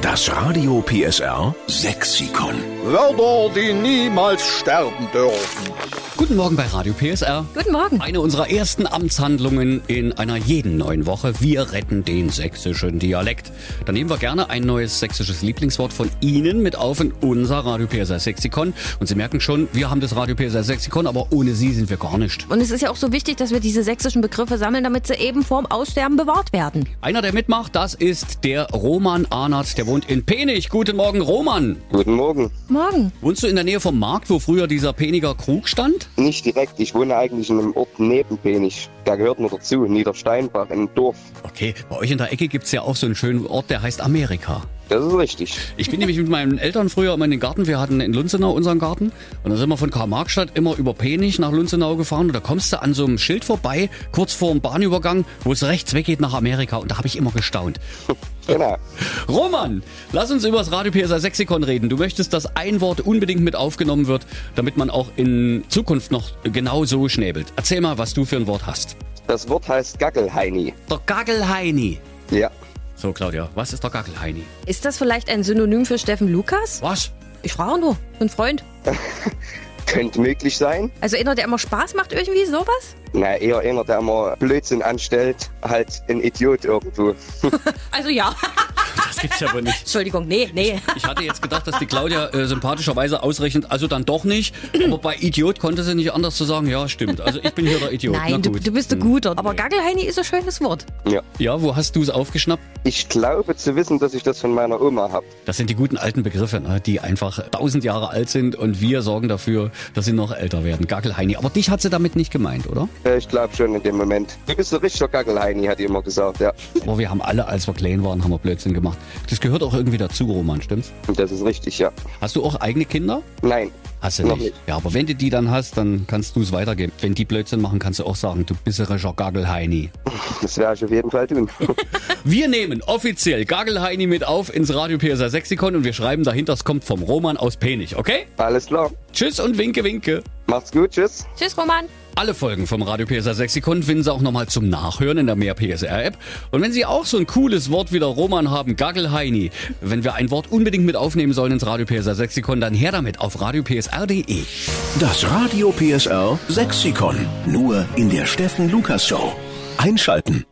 Das Radio PSR Sexikon. Wörter, die niemals sterben dürfen. Guten Morgen bei Radio PSR. Guten Morgen. Eine unserer ersten Amtshandlungen in einer jeden neuen Woche. Wir retten den sächsischen Dialekt. Dann nehmen wir gerne ein neues sächsisches Lieblingswort von Ihnen mit auf in unser Radio PSR Sexikon. Und Sie merken schon, wir haben das Radio PSR Sexikon, aber ohne Sie sind wir gar nicht. Und es ist ja auch so wichtig, dass wir diese sächsischen Begriffe sammeln, damit sie eben vorm Aussterben bewahrt werden. Einer, der mitmacht, das ist der Roman Arnert, der wohnt in Penich. Guten Morgen, Roman. Guten Morgen. Morgen. Wohnst du in der Nähe vom Markt, wo früher dieser Peniger Krug stand? Nicht direkt, ich wohne eigentlich in einem Ort neben Penich. Der gehört nur dazu, Niedersteinbach, im Dorf. Okay, bei euch in der Ecke gibt's ja auch so einen schönen Ort, der heißt Amerika. Das ist richtig. Ich bin nämlich mit meinen Eltern früher immer in den Garten. Wir hatten in Lunzenau unseren Garten. Und dann sind wir von Karl-Marx-Stadt immer über Penich nach Lunzenau gefahren. Und da kommst du an so einem Schild vorbei, kurz vor dem Bahnübergang, wo es rechts weggeht nach Amerika. Und da habe ich immer gestaunt. Genau. Roman, lass uns über das Radio PSA Sexikon reden. Du möchtest, dass ein Wort unbedingt mit aufgenommen wird, damit man auch in Zukunft noch genau so schnäbelt. Erzähl mal, was du für ein Wort hast. Das Wort heißt Gackelheini. Der Gaggelheini. Ja. So, Claudia, was ist der Gaggelheini? Ist das vielleicht ein Synonym für Steffen Lukas? Was? Ich frage nur. Ein Freund. Könnte möglich sein. Also einer, der immer Spaß macht, irgendwie sowas? Na, eher einer, der immer Blödsinn anstellt, halt ein Idiot irgendwo. Also ja. Das gibt's ja wohl nicht. Entschuldigung, nee, nee. Ich hatte jetzt gedacht, dass die Claudia äh, sympathischerweise ausrechnet, also dann doch nicht. Aber bei Idiot konnte sie nicht anders zu sagen, ja, stimmt. Also ich bin hier der Idiot. Na Nein, du, gut. du bist ein guter. Aber Nee. Gaggelheini ist ein schönes Wort. Ja. Ja, wo hast du es aufgeschnappt? Ich glaube zu wissen, dass ich das von meiner Oma habe. Das sind die guten alten Begriffe, ne, die einfach tausend Jahre alt sind und wir sorgen dafür, dass sie noch älter werden. Gackelheini. Aber dich hat sie damit nicht gemeint, oder? Äh, Ich glaube schon in dem Moment. Du bist ein richtiger Gackelheini, hat die immer gesagt, ja. Aber wir haben alle, als wir klein waren, haben wir Blödsinn gemacht. Das gehört auch irgendwie dazu, Roman, stimmt's? Und das ist richtig, ja. Hast du auch eigene Kinder? Nein. Hast du Noch nicht. nicht. Ja, aber wenn du die dann hast, dann kannst du es weitergeben. Wenn die Blödsinn machen, kannst du auch sagen, du bisserischer Gaggelheini. Das werde ich auf jeden Fall tun. Wir nehmen offiziell Gagelheini mit auf ins Radio PSA Sexikon und wir schreiben dahinter, es kommt vom Roman aus Penich, okay? Alles klar. Tschüss und winke, winke. Macht's gut, tschüss. Tschüss, Roman. Alle Folgen vom Radio PSA Sexikon finden Sie auch nochmal zum Nachhören in der Mehr PSR App. Und wenn Sie auch so ein cooles Wort wie der Roman haben, Gagelheini, wenn wir ein Wort unbedingt mit aufnehmen sollen ins Radio PSA Sexikon, dann her damit auf radiopsr.de. Das Radio PSR Sexikon. Nur in der Steffen Lukas Show. Einschalten.